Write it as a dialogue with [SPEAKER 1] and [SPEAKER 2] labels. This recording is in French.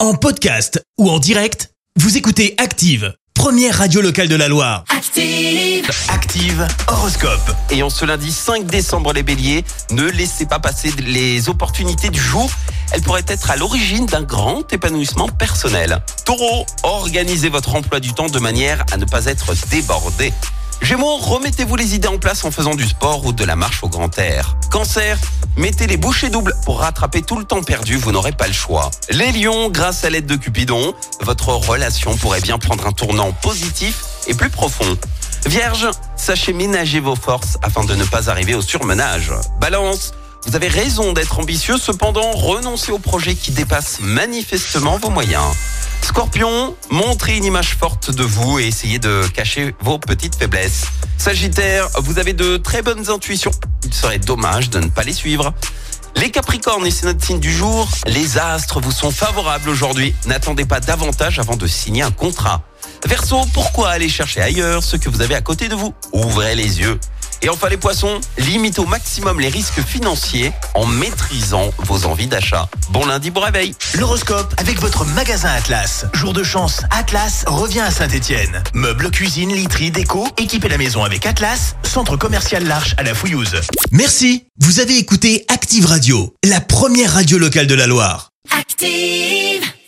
[SPEAKER 1] En podcast ou en direct, vous écoutez Active, première radio locale de la Loire.
[SPEAKER 2] Active.
[SPEAKER 3] Active Horoscope. Et en ce lundi 5 décembre, les béliers, ne laissez pas passer les opportunités du jour. Elles pourraient être à l'origine d'un grand épanouissement personnel. Taureau, organisez votre emploi du temps de manière à ne pas être débordé. Gémeaux, remettez-vous les idées en place en faisant du sport ou de la marche au grand air. Cancer, mettez les bouchées doubles pour rattraper tout le temps perdu, vous n'aurez pas le choix. Les lions, grâce à l'aide de Cupidon, votre relation pourrait bien prendre un tournant positif et plus profond. Vierge, sachez ménager vos forces afin de ne pas arriver au surmenage. Balance, vous avez raison d'être ambitieux, cependant renoncez aux projets qui dépassent manifestement vos moyens. Scorpion, montrez une image forte de vous et essayez de cacher vos petites faiblesses. Sagittaire, vous avez de très bonnes intuitions. Il serait dommage de ne pas les suivre. Les Capricornes, et c'est notre signe du jour, les astres vous sont favorables aujourd'hui. N'attendez pas davantage avant de signer un contrat. Verseau, pourquoi aller chercher ailleurs ce que vous avez à côté de vous Ouvrez les yeux. Et enfin les poissons, limitez au maximum les risques financiers en maîtrisant vos envies d'achat. Bon lundi, bon réveil
[SPEAKER 1] L'horoscope avec votre magasin Atlas. Jour de chance, Atlas revient à Saint-Étienne. Meubles, cuisine, literie, déco, équipez la maison avec Atlas, centre commercial L'Arche à la Fouillouse. Merci, vous avez écouté Active Radio, la première radio locale de la Loire.
[SPEAKER 2] Active.